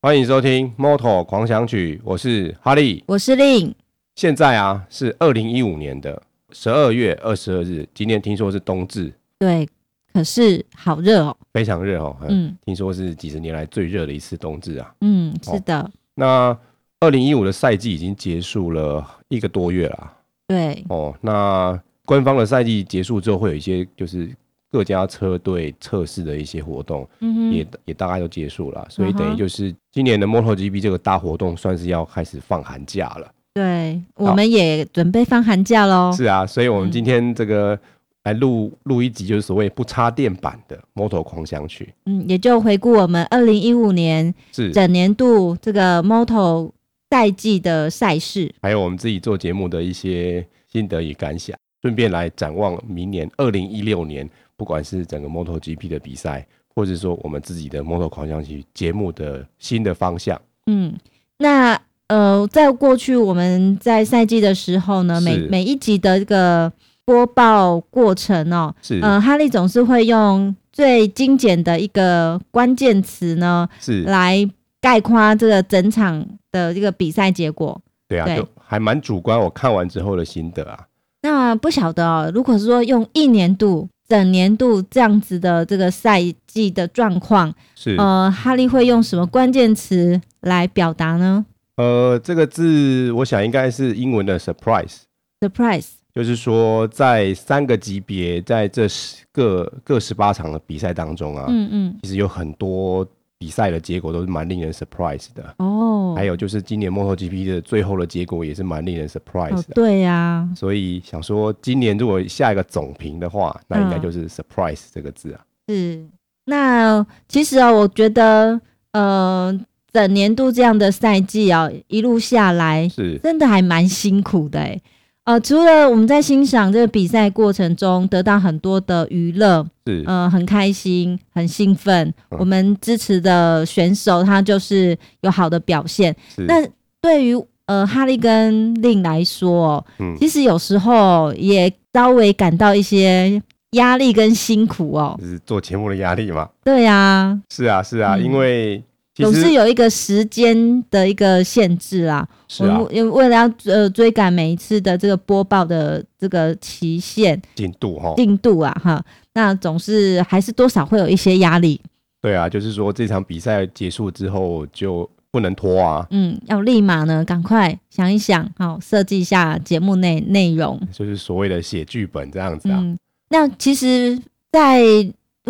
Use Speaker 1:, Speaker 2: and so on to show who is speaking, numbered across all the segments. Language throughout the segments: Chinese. Speaker 1: 欢迎收听《Moto 狂想曲》，我是哈利。
Speaker 2: 我是令，
Speaker 1: 现在啊是二零一五年的十二月二十二日，今天听说是冬至，
Speaker 2: 对，可是好热哦，
Speaker 1: 非常热哦。嗯，
Speaker 2: 嗯
Speaker 1: 听说是几十年来最热的一次冬至啊。
Speaker 2: 嗯，
Speaker 1: 哦
Speaker 2: 是的，
Speaker 1: 那二零一五的赛季已经结束了一个多月啦。
Speaker 2: 对，
Speaker 1: 哦，那官方的赛季结束之后，会有一些就是各家车队测试的一些活动，
Speaker 2: 嗯哼，
Speaker 1: 也也大概都结束了，啊所以
Speaker 2: 嗯哼
Speaker 1: 等于就是今年的 MotoGP 这个大活动算是要开始放寒假了。
Speaker 2: 对，
Speaker 1: 好
Speaker 2: 我们也准备放寒假喽，
Speaker 1: 是啊，所以我们
Speaker 2: 嗯
Speaker 1: 今天这个来录录一集，就是所谓不插电版的《Moto 狂想曲
Speaker 2: 嗯，也就回顾我们二零一五年》，
Speaker 1: 是
Speaker 2: 整年度这个 Moto 赛季的赛事，
Speaker 1: 还有我们自己做节目的一些心得与感想，顺便来展望明年二零一六年，不管是整个 MotoGP 的比赛，或者说我们自己的 Moto 狂想曲节目的新的方向。
Speaker 2: 嗯，那呃，在过去我们在赛季的时候呢，每
Speaker 1: 是
Speaker 2: 每一集的这个播报过程哦，
Speaker 1: 是、
Speaker 2: 呃，哈利总是会用最精简的一个关键词呢，
Speaker 1: 是，
Speaker 2: 来概括这个整场的这个比赛结果。
Speaker 1: 对啊，
Speaker 2: 对
Speaker 1: 就还蛮主观。我看完之后的心得啊，
Speaker 2: 那不晓得哦，如果说用一年度、整年度这样子的这个赛季的状况，
Speaker 1: 是
Speaker 2: 呃，哈利会用什么关键词来表达呢
Speaker 1: 呃，这个字我想应该是英文的 surprise。
Speaker 2: ？Surprise，
Speaker 1: 就是说，在三个级别，在这十各各十八场的比赛当中啊，
Speaker 2: 嗯嗯，
Speaker 1: 其实有很多比赛的结果都是蛮令人 surprise 的。
Speaker 2: 哦，
Speaker 1: 还有就是今年 MotoGP 的最后的结果也是蛮令人 surprise
Speaker 2: 哦，
Speaker 1: 的。
Speaker 2: 对呀、
Speaker 1: 所以想说，今年如果下一个总评的话，那应该
Speaker 2: 嗯
Speaker 1: 就是 surprise 这个字啊。
Speaker 2: 是，那其实哦，我觉得，呃，整年度这样的赛季哦，一路下来，
Speaker 1: 是
Speaker 2: 真的还蛮辛苦的哎。呃，除了我们在欣赏这个比赛过程中得到很多的娱乐，
Speaker 1: 是
Speaker 2: 呃，很开心、很兴奋，
Speaker 1: 嗯
Speaker 2: 我们支持的选手他就是有好的表现。
Speaker 1: 是，
Speaker 2: 那对于呃哈利跟令来说哦，
Speaker 1: 嗯
Speaker 2: 其实有时候也稍微感到一些压力跟辛苦哦。
Speaker 1: 就是做节目的压力嘛。
Speaker 2: 对啊，
Speaker 1: 是啊，是啊，
Speaker 2: 嗯
Speaker 1: 因为其
Speaker 2: 总是
Speaker 1: 实
Speaker 2: 有一个时间的一个限制啦。
Speaker 1: 是
Speaker 2: 我
Speaker 1: 啊
Speaker 2: 们，为为了要呃追赶每一次的这个播报的这个期限
Speaker 1: 进度哈，
Speaker 2: 进度啊，哈，那总是还是多少会有一些压力，
Speaker 1: 对啊，就是说这场比赛结束之后就不能拖啊，
Speaker 2: 嗯，要立马呢，赶快想一想，好，设计一下节目内内容，
Speaker 1: 就是所谓的写剧本这样子啊。
Speaker 2: 嗯，那其实，在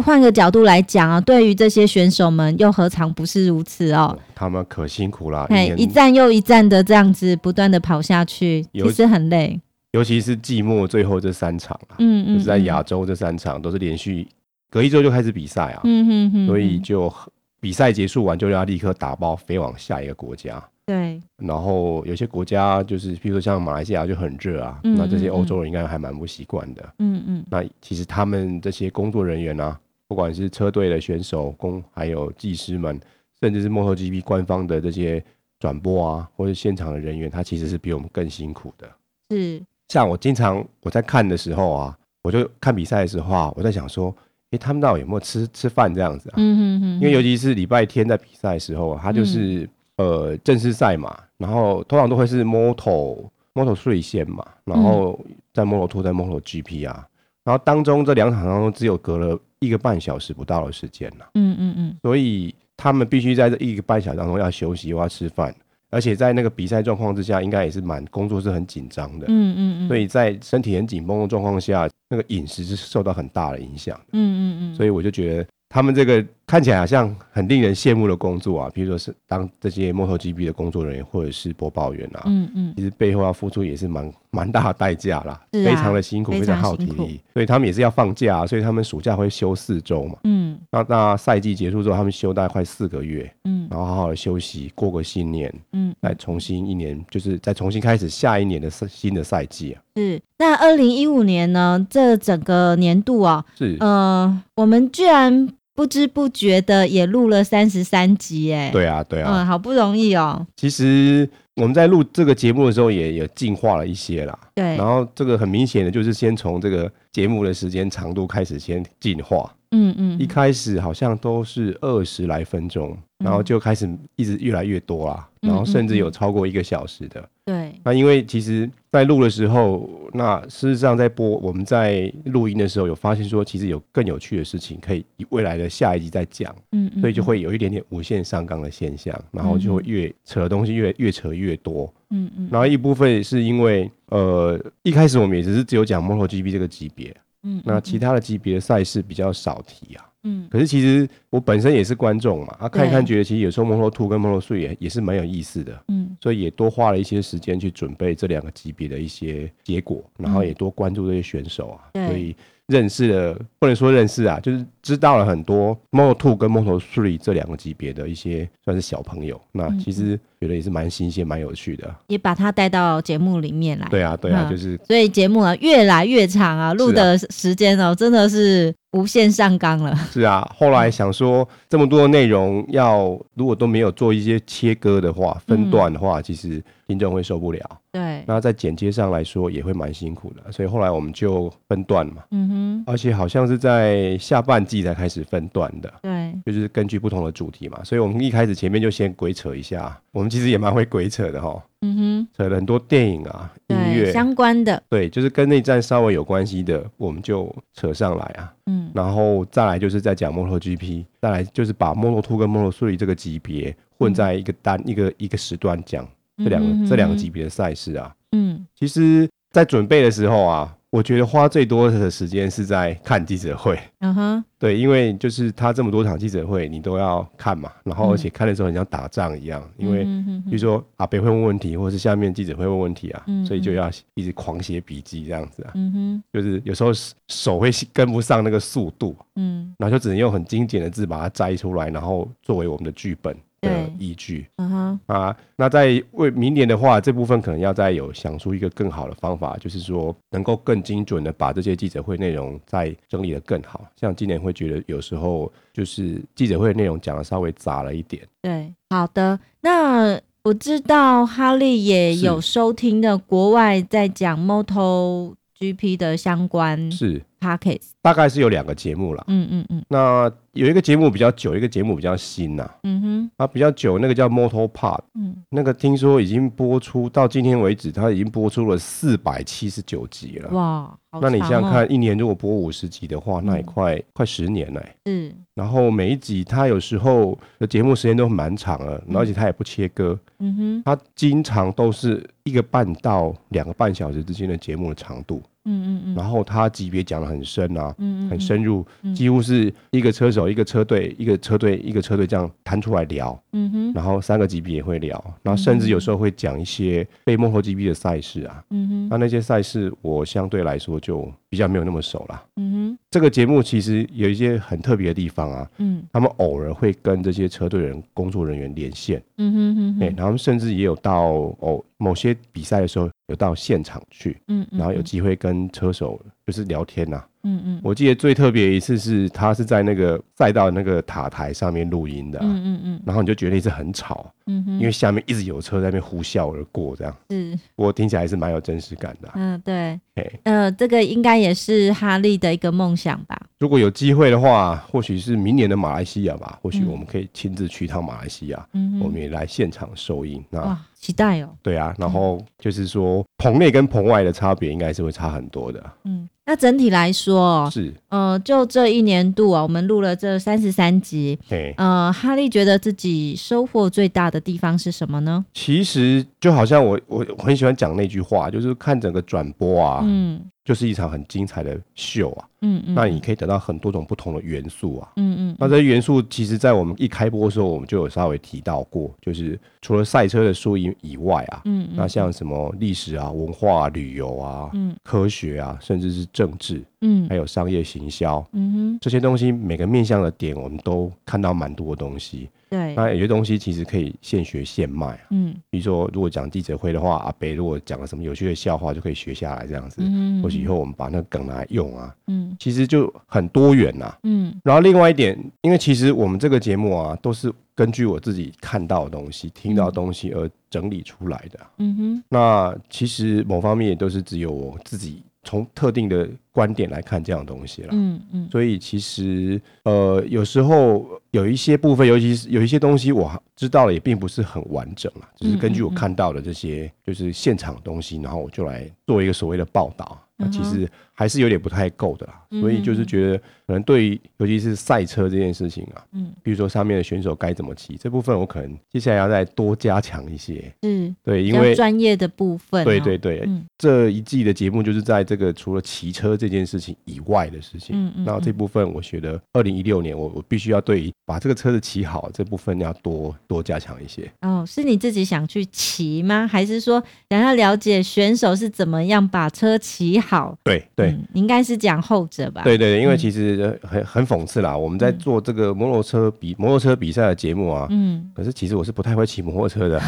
Speaker 2: 换个角度来讲啊，对于这些选手们，又何尝不是如此哦？
Speaker 1: 他们可辛苦啦，一
Speaker 2: 哎，一
Speaker 1: 年
Speaker 2: 站又一站的这样子不断的跑下去，
Speaker 1: 有
Speaker 2: 其实很累，
Speaker 1: 尤其是季末最后这三场啊，
Speaker 2: 嗯
Speaker 1: 就
Speaker 2: 嗯，
Speaker 1: 是在
Speaker 2: 嗯
Speaker 1: 亚，洲这三场都是连续隔一周就开始比赛啊，
Speaker 2: 嗯哼哼，
Speaker 1: 所以
Speaker 2: 嗯
Speaker 1: 就比赛结束完就要立刻打包飞往下一个国家。
Speaker 2: 对，
Speaker 1: 然后有些国家就是，譬如说像马来西亚就很热啊，
Speaker 2: 嗯
Speaker 1: 那这些
Speaker 2: 嗯
Speaker 1: 欧洲人应该还蛮不习惯的。
Speaker 2: 嗯嗯。
Speaker 1: 那其实他们这些工作人员啊，不管是车队的选手、工还有技师们，甚至是 MotoGP 官方的这些转播啊，或者现场的人员，他其实是比我们更辛苦的。
Speaker 2: 是，
Speaker 1: 像我经常我在看的时候啊，我就看比赛的时候啊，我在想说，诶、他们到底有没有吃吃饭这样子啊？
Speaker 2: 嗯哼嗯哼，
Speaker 1: 因为尤其是礼拜天在比赛的时候啊，他就是、呃正式赛嘛，然后通常都会是 Moto Moto Three 线嘛，然后在 Moto Two 在 Moto GP 啊，然后当中这两场当中只有隔了一个半小时不到的时间呐、
Speaker 2: 嗯嗯嗯，
Speaker 1: 所以他们必须在这一个半小时当中要休息又要吃饭，而且在那个比赛状况之下，应该也是蛮工作是很紧张的，
Speaker 2: 嗯嗯嗯，
Speaker 1: 所以在身体很紧绷的状况下，那个饮食是受到很大的影响。
Speaker 2: 嗯嗯嗯，
Speaker 1: 所以我就觉得他们这个看起来好像很令人羡慕的工作啊，比如说是当这些 MotoGP 的工作人员或者是播报员啊，
Speaker 2: 嗯嗯
Speaker 1: 其实背后要付出也是蛮蛮大的代价啦，
Speaker 2: 是啊
Speaker 1: 非常的辛苦，非
Speaker 2: 非
Speaker 1: 常
Speaker 2: 常
Speaker 1: 耗体
Speaker 2: 辛苦
Speaker 1: 力，所以他们也是要放假啊、所以他们暑假会休四周嘛。
Speaker 2: 嗯
Speaker 1: 那那赛季结束之后，他们休大概快四个月，
Speaker 2: 嗯
Speaker 1: 然后好好的休息，过个新年，
Speaker 2: 嗯，
Speaker 1: 再重新一年，就是再重新开始下一年的赛新的赛季啊。
Speaker 2: 是。那二零一五年呢，这整个年度啊，
Speaker 1: 是，
Speaker 2: 呃，我们居然不知不觉的也录了三十三集，哎，
Speaker 1: 对啊，对啊。
Speaker 2: 嗯，好不容易哦，
Speaker 1: 其实我们在录这个节目的时候也也进化了一些啦。
Speaker 2: 对
Speaker 1: 然，后这个很明显的就是先从这个节目的时间长度开始先进化，
Speaker 2: 嗯嗯
Speaker 1: 一，开始好像都是二十来分钟，然后就开始一直越来越多啦，
Speaker 2: 嗯
Speaker 1: 然后甚至有超过一个小时的。
Speaker 2: 对，
Speaker 1: 那因为其实，在录的时候，那事实上在播我们在录音的时候有发现说，其实有更有趣的事情可以未来的下一集再讲，
Speaker 2: 嗯嗯，
Speaker 1: 所以就会有一点点无限上纲的现象，然后就会越扯的东西越越扯越多。
Speaker 2: 嗯，嗯
Speaker 1: 然后一部分是因为，呃，一开始我们也只是只有讲 MotoGP 这个级别，
Speaker 2: 嗯，嗯
Speaker 1: 那其他的级别的赛事比较少提啊。
Speaker 2: 嗯
Speaker 1: 可是其实我本身也是观众嘛，啊，
Speaker 2: 对
Speaker 1: 看一看觉得其实有时候 Moto Two 跟 Moto Three 也也是蛮有意思的，
Speaker 2: 嗯
Speaker 1: 所以也多花了一些时间去准备这两个级别的一些结果，然后也多关注这些选手啊，
Speaker 2: 嗯对
Speaker 1: 所以认识了不能说认识啊，就是知道了很多 Moto Two 跟 Moto Three 这两个级别的一些算是小朋友，那
Speaker 2: 嗯
Speaker 1: 其实觉得也是蛮新鲜、蛮有趣的啊。
Speaker 2: 也把它带到节目里面来。
Speaker 1: 对啊，对啊，
Speaker 2: 嗯
Speaker 1: 就是
Speaker 2: 所以节目啊越来越长啊，录的时间哦、真的是无限上纲了。
Speaker 1: 是啊。后来想说，这么多的内容要如果都没有做一些切割的话、分段的
Speaker 2: 嗯
Speaker 1: 话，其实听众会受不了。
Speaker 2: 对，
Speaker 1: 那在剪接上来说也会蛮辛苦的，所以后来我们就分段嘛，
Speaker 2: 嗯哼，
Speaker 1: 而且好像是在下半季才开始分段的。
Speaker 2: 对，
Speaker 1: 就是根据不同的主题嘛，所以我们一开始前面就先鬼扯一下，我们其实也蛮会鬼扯的哈，
Speaker 2: 嗯
Speaker 1: 扯了很多电影啊、
Speaker 2: 哼，
Speaker 1: 音乐
Speaker 2: 对，，相关的，
Speaker 1: 对，就是跟内战稍微有关系的，我们就扯上来啊。
Speaker 2: 嗯
Speaker 1: 然后再来就是在讲 MotoGP，再来就是把 Moto Two 跟 Moto Three 这个级别混在一个单、一个一个时段讲这两个、
Speaker 2: 嗯哼
Speaker 1: 这两个级，别的赛事啊。
Speaker 2: 嗯，
Speaker 1: 其实，在准备的时候啊，我觉得花最多的时间是在看记者会。
Speaker 2: 嗯哼，
Speaker 1: 对，因为就是他这么多场记者会，你都要看嘛，然后而且看的时候很像打仗一样，因为
Speaker 2: 嗯哼
Speaker 1: 比如说阿北会问问题，或者是下面记者会问问题啊，
Speaker 2: 嗯
Speaker 1: 所以就要一直狂写笔记这样子啊，
Speaker 2: 嗯哼，
Speaker 1: 就是有时候手会跟不上那个速度，
Speaker 2: 嗯
Speaker 1: 然后就只能用很精简的字把它摘出来，然后作为我们的剧本的依据
Speaker 2: 嗯哼，
Speaker 1: 啊。那在为明年的话，这部分可能要再有想出一个更好的方法，就是说能够更精准的把这些记者会内容再整理的更好。像今年会觉得有时候就是记者会的内容讲的稍微杂了一点，
Speaker 2: 对，好的，那。我知道哈利也
Speaker 1: 是
Speaker 2: 有收听的国外在讲 Moto GP 的相关
Speaker 1: 是
Speaker 2: p o c k e t
Speaker 1: 大概是有两个节目啦。
Speaker 2: 嗯嗯嗯
Speaker 1: 那有一个节目比较久，一个节目比较新呐、
Speaker 2: 嗯哼
Speaker 1: 啊，比较久那个叫 Motor Pod，
Speaker 2: 嗯，
Speaker 1: 那个听说已经播出到今天为止，它已经播出了四百七十九集了。
Speaker 2: 哇，好
Speaker 1: 那你
Speaker 2: 长
Speaker 1: 想想
Speaker 2: 哦，嗯
Speaker 1: 看，一年如果播五十集的话，那也快、快十年了欸。
Speaker 2: 是
Speaker 1: 然后每一集它有时候的节目时间都蛮长了，
Speaker 2: 嗯
Speaker 1: 而且它也不切割，
Speaker 2: 嗯哼
Speaker 1: 它经常都是一个半到两个半小时之间的节目的长度。
Speaker 2: 嗯嗯嗯
Speaker 1: 然后它级别讲的很深啊，
Speaker 2: 嗯嗯
Speaker 1: 很
Speaker 2: 嗯
Speaker 1: 深入，
Speaker 2: 嗯
Speaker 1: 几乎是一个车手、一个车队、一个车队、一个车队这样摊出来聊。
Speaker 2: 嗯哼
Speaker 1: 然后三个级别也会聊，然后甚至有时候会讲一些被 MotoGP 的赛事啊，
Speaker 2: 嗯
Speaker 1: 那
Speaker 2: 哼
Speaker 1: 那些赛事我相对来说就比较没有那么熟啦。
Speaker 2: 嗯
Speaker 1: 这个节目其实有一些很特别的地方啊，
Speaker 2: 哼嗯
Speaker 1: 他们偶尔会跟这些车队人工作人员连线，
Speaker 2: 嗯哼嗯
Speaker 1: 哎、然
Speaker 2: 哼
Speaker 1: 后他们甚至也有到哦某些比赛的时候有到现场去，
Speaker 2: 嗯，
Speaker 1: 然后有
Speaker 2: 嗯
Speaker 1: 机会跟车手就是聊天呐、
Speaker 2: 嗯嗯
Speaker 1: 我记得最特别一次是他是在那个赛道的那个塔台上面录音的啊、
Speaker 2: 嗯嗯嗯
Speaker 1: 然后你就觉得一直很吵，
Speaker 2: 嗯哼，
Speaker 1: 因为下面一直有车在那边呼啸而过，这样
Speaker 2: 是
Speaker 1: 我听起来是蛮有真实感的啊、
Speaker 2: 嗯对
Speaker 1: 嘿，
Speaker 2: 呃，这个应该也是哈利的一个梦想吧？
Speaker 1: 如果有机会的话，或许是明年的马来西亚吧，或许
Speaker 2: 嗯
Speaker 1: 我们可以亲自去一趟马来西亚，
Speaker 2: 嗯
Speaker 1: 我们
Speaker 2: 哼，
Speaker 1: 也来现场收音。那
Speaker 2: 哇，期待哦，
Speaker 1: 对啊，然后就是说棚内跟棚外的差别应该是会差很多的啊，
Speaker 2: 嗯。那整体来说哦，
Speaker 1: 是，
Speaker 2: 呃，就这一年度啊，我们录了这三十三集，
Speaker 1: 哎，
Speaker 2: 呃，哈利觉得自己收获最大的地方是什么呢？
Speaker 1: 其实就好像我我我很喜欢讲那句话，就是看整个转播啊，
Speaker 2: 嗯
Speaker 1: 就是一场很精彩的秀啊，
Speaker 2: 嗯嗯，
Speaker 1: 那你可以得到很多种不同的元素啊，
Speaker 2: 嗯嗯
Speaker 1: 那这些元素，其实在我们一开播的时候，我们就有稍微提到过，就是除了赛车的输赢以外啊，
Speaker 2: 嗯嗯，
Speaker 1: 那像什么历史啊、文化啊、旅游啊、
Speaker 2: 嗯
Speaker 1: 科学啊，甚至是政治，
Speaker 2: 嗯
Speaker 1: 还有商业行销
Speaker 2: 嗯哼，
Speaker 1: 这些东西，每个面向的点我们都看到蛮多东西。
Speaker 2: 对，
Speaker 1: 那有些东西其实可以现学现卖啊，
Speaker 2: 嗯
Speaker 1: 比如说如果讲记者会的话，阿北如果讲了什么有趣的笑话，就可以学下来这样子。
Speaker 2: 嗯，
Speaker 1: 或许以后我们把那个梗拿来用啊，
Speaker 2: 嗯
Speaker 1: 其实就很多元啊呐、
Speaker 2: 嗯
Speaker 1: 然后另外一点，因为其实我们这个节目啊，都是根据我自己看到的东西、听到的东西而整理出来的啊。
Speaker 2: 嗯哼，
Speaker 1: 那其实某方面也都是只有我自己从特定的观点来看这样的东西啦。
Speaker 2: 嗯嗯
Speaker 1: 所以其实呃，有时候有一些部分，尤其是有一些东西，我知道了也并不是很完整啊，只是
Speaker 2: 嗯
Speaker 1: 根据我看到的这些就是现场的东西，然后我就来做一个所谓的报道。啊那
Speaker 2: 嗯哼
Speaker 1: 其实还是有点不太够的啦，
Speaker 2: 嗯
Speaker 1: 所以就是觉得可能对于尤其是赛车这件事情啊，
Speaker 2: 嗯，
Speaker 1: 比如说上面的选手该怎么骑这部分，我可能接下来要再多加强一些。
Speaker 2: 是
Speaker 1: 对，
Speaker 2: 比
Speaker 1: 因
Speaker 2: 较
Speaker 1: 为
Speaker 2: 专业的部分哦，
Speaker 1: 对对对，
Speaker 2: 嗯，
Speaker 1: 这一季的节目就是在这个除了骑车这件事情以外的事情。
Speaker 2: 嗯嗯，
Speaker 1: 然后这
Speaker 2: 嗯
Speaker 1: 部分我觉得，二零一六年我我必须要对于把这个车子骑好这部分要多多加强一些。
Speaker 2: 哦，是你自己想去骑吗？还是说想要了解选手是怎么样把车骑好？
Speaker 1: 对对、
Speaker 2: 嗯应该是讲后者吧？
Speaker 1: 对对对，因为其实呃很很讽刺啦，我们在做这个摩托车比摩托车比赛的节目啊，
Speaker 2: 嗯，
Speaker 1: 可是其实我是不太会骑摩托车 的，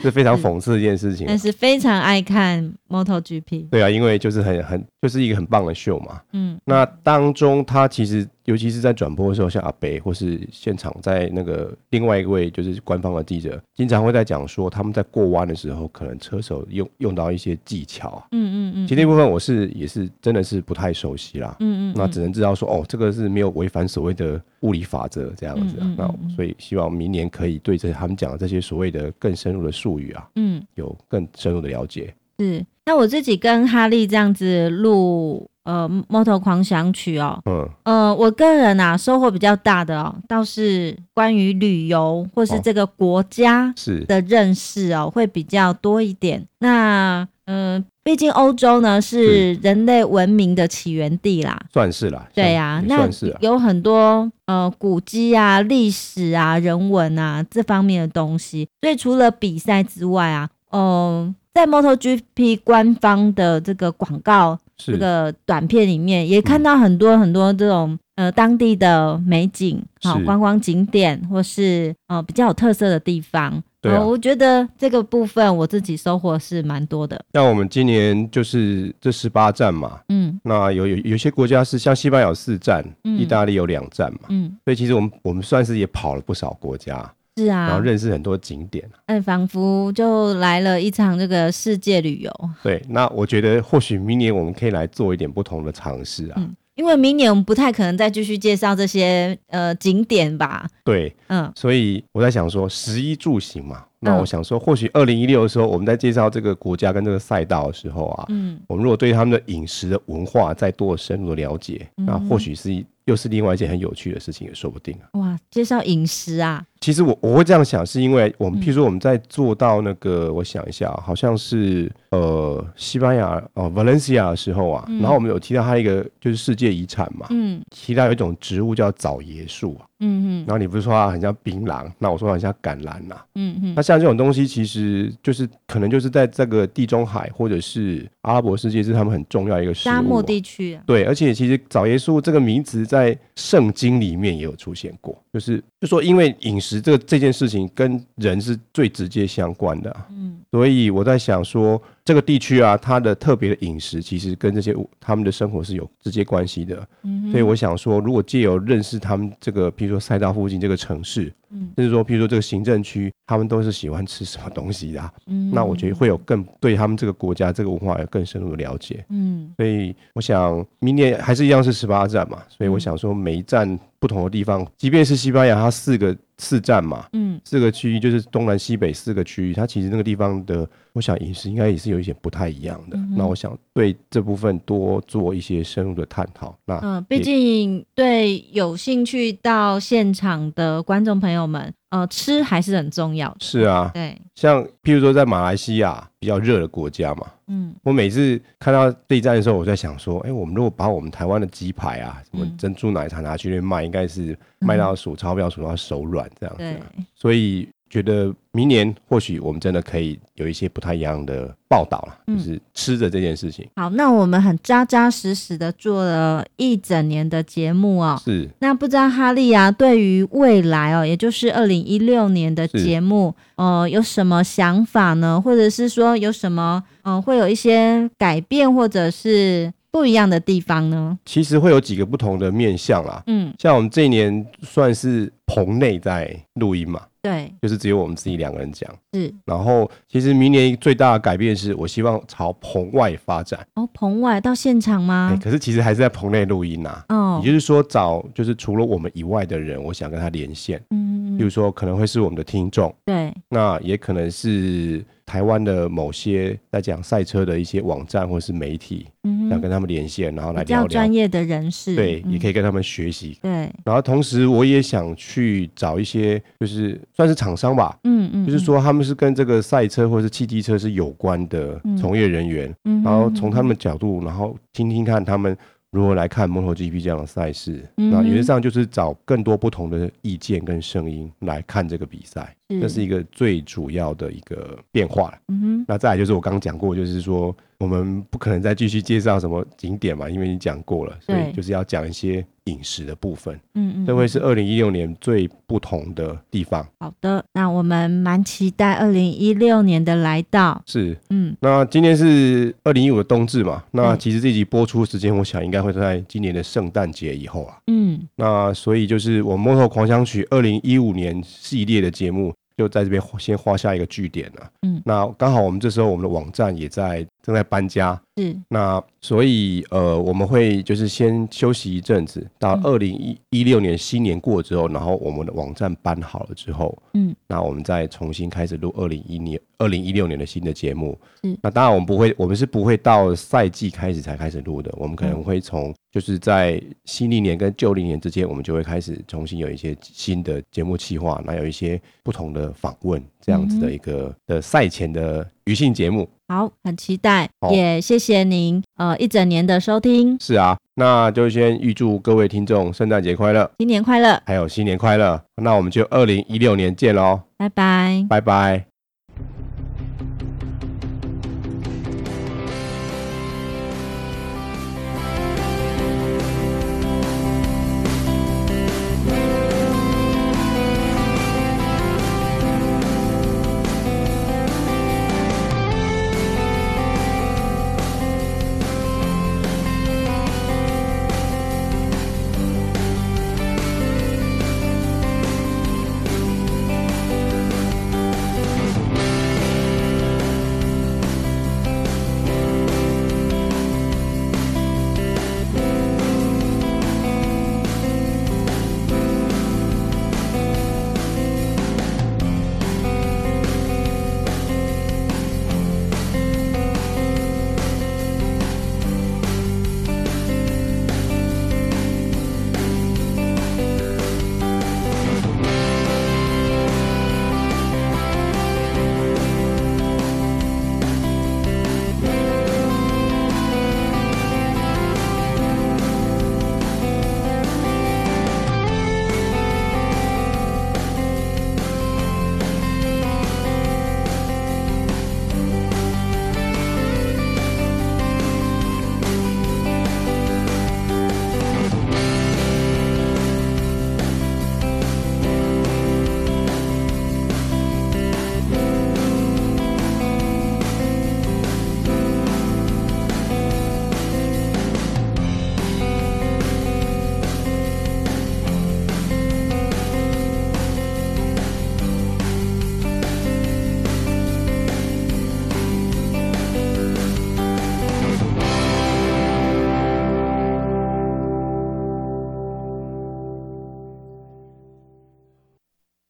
Speaker 1: 是非常讽刺的一件事情啊
Speaker 2: 但。是非常爱看 MotoGP。
Speaker 1: 对啊，因为就是很很就是一个很棒的秀嘛。
Speaker 2: 嗯
Speaker 1: 那当中，他其实尤其是在转播的时候，像阿北或是现场在那个另外一位就是官方的记者，经常会在讲说他们在过弯的时候，可能车手用用到一些技巧啊。
Speaker 2: 嗯嗯嗯，
Speaker 1: 其实那部分我是也是真的是不太熟悉啦，
Speaker 2: 嗯嗯，
Speaker 1: 那只能知道说哦，这个是没有违反所谓的物理法则这样子啊。
Speaker 2: 嗯嗯嗯嗯
Speaker 1: 那所以希望明年可以对这他们讲的这些所谓的更深入的术语啊，
Speaker 2: 嗯
Speaker 1: 有更深入的了解。
Speaker 2: 是。那我自己跟哈利这样子录呃《Moto 狂想曲》哦，
Speaker 1: 嗯，
Speaker 2: 呃，我个人啊收获比较大的哦，倒是关于旅游或是
Speaker 1: 哦
Speaker 2: 这个国家
Speaker 1: 是，
Speaker 2: 的认识哦，会比较多一点。那嗯、呃毕竟欧洲呢是人类文明的起源地啦。
Speaker 1: 算是啦。
Speaker 2: 对
Speaker 1: 像
Speaker 2: 啊，
Speaker 1: 也
Speaker 2: 那
Speaker 1: 算是啊。
Speaker 2: 有很多呃古迹啊、历史啊、人文啊这方面的东西。所以除了比赛之外啊，嗯、在 MotoGP 官方的这个广告
Speaker 1: 是
Speaker 2: 这个短片里面，也看到很多很多这种、呃当地的美景，好、
Speaker 1: 是
Speaker 2: 观光景点或是呃比较有特色的地方。
Speaker 1: 对啊
Speaker 2: 呃我觉得这个部分我自己收获是蛮多的。
Speaker 1: 那我们今年就是这十八站嘛，
Speaker 2: 嗯
Speaker 1: 那有有有些国家是像西班牙有四站，
Speaker 2: 嗯
Speaker 1: 意大利有两站嘛，
Speaker 2: 嗯，
Speaker 1: 所以其实我们我们算是也跑了不少国家，
Speaker 2: 是
Speaker 1: 然后
Speaker 2: 啊，
Speaker 1: 认识很多景点。
Speaker 2: 哎，仿佛就来了一场这个世界旅游。
Speaker 1: 对，那我觉得或许明年我们可以来做一点不同的尝试啊。
Speaker 2: 嗯因为明年我们不太可能再继续介绍这些呃景点吧，
Speaker 1: 对，
Speaker 2: 嗯
Speaker 1: 所以我在想说，十一住行嘛，那
Speaker 2: 嗯
Speaker 1: 我想说，或许二零一六的时候，我们在介绍这个国家跟这个赛道的时候啊，
Speaker 2: 嗯
Speaker 1: 我们如果对他们的饮食的文化再多深入的了解，
Speaker 2: 嗯
Speaker 1: 那或许是一又是另外一件很有趣的事情，也说不定啊。
Speaker 2: 嗯哇，介绍饮食啊，
Speaker 1: 其实我我会这样想，是因为我们
Speaker 2: 嗯
Speaker 1: 譬如说我们在做到那个，我想一下，啊好像是呃西班牙哦 Valencia 的时候啊，
Speaker 2: 嗯
Speaker 1: 然后我们有提到它一个就是世界遗产嘛，
Speaker 2: 嗯
Speaker 1: 提到有一种植物叫枣椰树啊，
Speaker 2: 嗯
Speaker 1: 然后你不是说它很像槟榔，那我说它很像橄榄呐、
Speaker 2: 嗯嗯
Speaker 1: 那像这种东西，其实就是可能就是在这个地中海或者是阿拉伯世界是他们很重要一个食物、
Speaker 2: 沙漠。地区、啊，
Speaker 1: 对，而且其实枣椰树这个名词在圣经里面也有出现过，就是就说因为饮食这个这件事情跟人是最直接相关的啊、
Speaker 2: 嗯
Speaker 1: 所以我在想说这个地区啊，它的特别的饮食其实跟这些他们的生活是有直接关系的，
Speaker 2: 嗯哼，
Speaker 1: 所以我想说，如果借由认识他们这个，譬如说赛道附近这个城市，
Speaker 2: 嗯
Speaker 1: 甚至说譬如说这个行政区，他们都是喜欢吃什么东西的啊、
Speaker 2: 嗯
Speaker 1: 那我觉得会有更对他们这个国家这个文化有更深入的了解。
Speaker 2: 嗯
Speaker 1: 所以我想明年还是一样是十八站嘛，所
Speaker 2: 嗯
Speaker 1: 以我想说每一站不同的地方，即便是西班牙，它四个四站嘛，
Speaker 2: 嗯
Speaker 1: 四个区域就是东南西北四个区域，它其实那个地方的，我想饮食应该也是有一些不太一样的。
Speaker 2: 嗯哼
Speaker 1: 那我想对这部分多做一些深入的探讨。那
Speaker 2: 嗯，毕
Speaker 1: 啊也
Speaker 2: 竟对有兴趣到现场的观众朋友们，呃，吃还是很重要的，
Speaker 1: 是啊，
Speaker 2: 对，
Speaker 1: 像譬如说在马来西亚比较热的国家嘛，
Speaker 2: 嗯
Speaker 1: 我每次看到这一站的时候，我在想说，哎、我们如果把我们台湾的鸡排啊，什么
Speaker 2: 嗯
Speaker 1: 珍珠奶茶拿去那边卖，应该是卖到数钞票数到手软这样子、
Speaker 2: 对
Speaker 1: 啊。，所以觉得明年或许我们真的可以有一些不太一样的报道了，
Speaker 2: 嗯
Speaker 1: 就是吃的这件事情
Speaker 2: 好，那我们很扎扎实实的做了一整年的节目哦。
Speaker 1: 是
Speaker 2: 那不知道哈利啊，对于未来哦，也就是二零一六年的节目，呃，有什么想法呢？或者是说有什么，嗯、会有一些改变或者是不一样的地方呢？
Speaker 1: 其实会有几个不同的面向啦。
Speaker 2: 嗯，
Speaker 1: 像我们这一年算是棚内在录音嘛，
Speaker 2: 对，
Speaker 1: 就是只有我们自己两个人讲。
Speaker 2: 是
Speaker 1: 然后其实明年最大的改变是我希望朝棚外发展，
Speaker 2: 哦，棚外到现场
Speaker 1: 哎、
Speaker 2: 吗？
Speaker 1: 可是其实还是在棚内录音呐、
Speaker 2: 啊哦
Speaker 1: 哎也，就是说找就是除了我们以外的人，我想跟他连线，
Speaker 2: 嗯，
Speaker 1: 比如说可能会是我们的听众。
Speaker 2: 对，
Speaker 1: 那也可能是台湾的某些在讲赛车的一些网站或是媒体，
Speaker 2: 嗯
Speaker 1: 想
Speaker 2: 哼，
Speaker 1: 跟他们连线，然后来
Speaker 2: 比
Speaker 1: 聊
Speaker 2: 较
Speaker 1: 聊
Speaker 2: 专。业嗯的人士，
Speaker 1: 对，也可
Speaker 2: 以，
Speaker 1: 以跟他们学习。
Speaker 2: 对，
Speaker 1: 然后同时，我也想去找一些，就是算是厂商吧，
Speaker 2: 嗯嗯，
Speaker 1: 就是
Speaker 2: 嗯，
Speaker 1: 说他们是跟这个赛车或是汽机车是有关的
Speaker 2: 嗯
Speaker 1: 从业人员，
Speaker 2: 嗯
Speaker 1: 然后从他
Speaker 2: 们
Speaker 1: 们的角度，然后听听看他们如何来看 MotoGP 这样的赛事。
Speaker 2: 嗯
Speaker 1: 那原则上就是找更多不同的意见跟声音来看这个比赛。这是一个最主要的一个变化了。
Speaker 2: 嗯哼。
Speaker 1: 那再来就是我刚刚讲过，就是说我们不可能再继续介绍什么景点嘛，因为你讲过了，所以
Speaker 2: 对
Speaker 1: 就是要讲一些饮食的部分，
Speaker 2: 嗯嗯，
Speaker 1: 这会
Speaker 2: 嗯
Speaker 1: 是二零一六年最不同的地方。
Speaker 2: 好的。那我们蛮期待二零一六年的来到，
Speaker 1: 是，
Speaker 2: 嗯，
Speaker 1: 那今天是二零一五的冬至嘛，那
Speaker 2: 对
Speaker 1: 其实这集播出时间，我想应该会在今年的圣诞节以后啊。
Speaker 2: 嗯，
Speaker 1: 那所以就是我《摩托狂想曲》二零一五年系列的节目，就在这边先画下一个句点了。
Speaker 2: 嗯
Speaker 1: 那刚好我们这时候我们的网站也在正在搬家，
Speaker 2: 是，
Speaker 1: 那所以呃我们会就是先休息一阵子，到
Speaker 2: 嗯
Speaker 1: 二零一一六年新年过之后，然后我们的网站搬好了之后，
Speaker 2: 嗯，
Speaker 1: 那我们再重新开始录二零一年二零一六年的新的节目
Speaker 2: 是。
Speaker 1: 那当然我们不会，我们是不会到赛季开始才开始录的，
Speaker 2: 嗯
Speaker 1: 我们可能会从就是在新历年跟旧历年之间，我们就会开始重新有一些新的节目企划，那有一些不同的访问这样子
Speaker 2: 嗯
Speaker 1: 的
Speaker 2: 哼
Speaker 1: 一个、的赛前的余兴节目。
Speaker 2: 好，很期待，
Speaker 1: 好
Speaker 2: 也谢谢您，呃，一整年的收听，
Speaker 1: 是啊，那就先预祝各位听众圣诞节快乐，
Speaker 2: 新年快乐，
Speaker 1: 还有新年快乐。那我们就二零一六年见喽，
Speaker 2: 拜拜。
Speaker 1: 拜拜。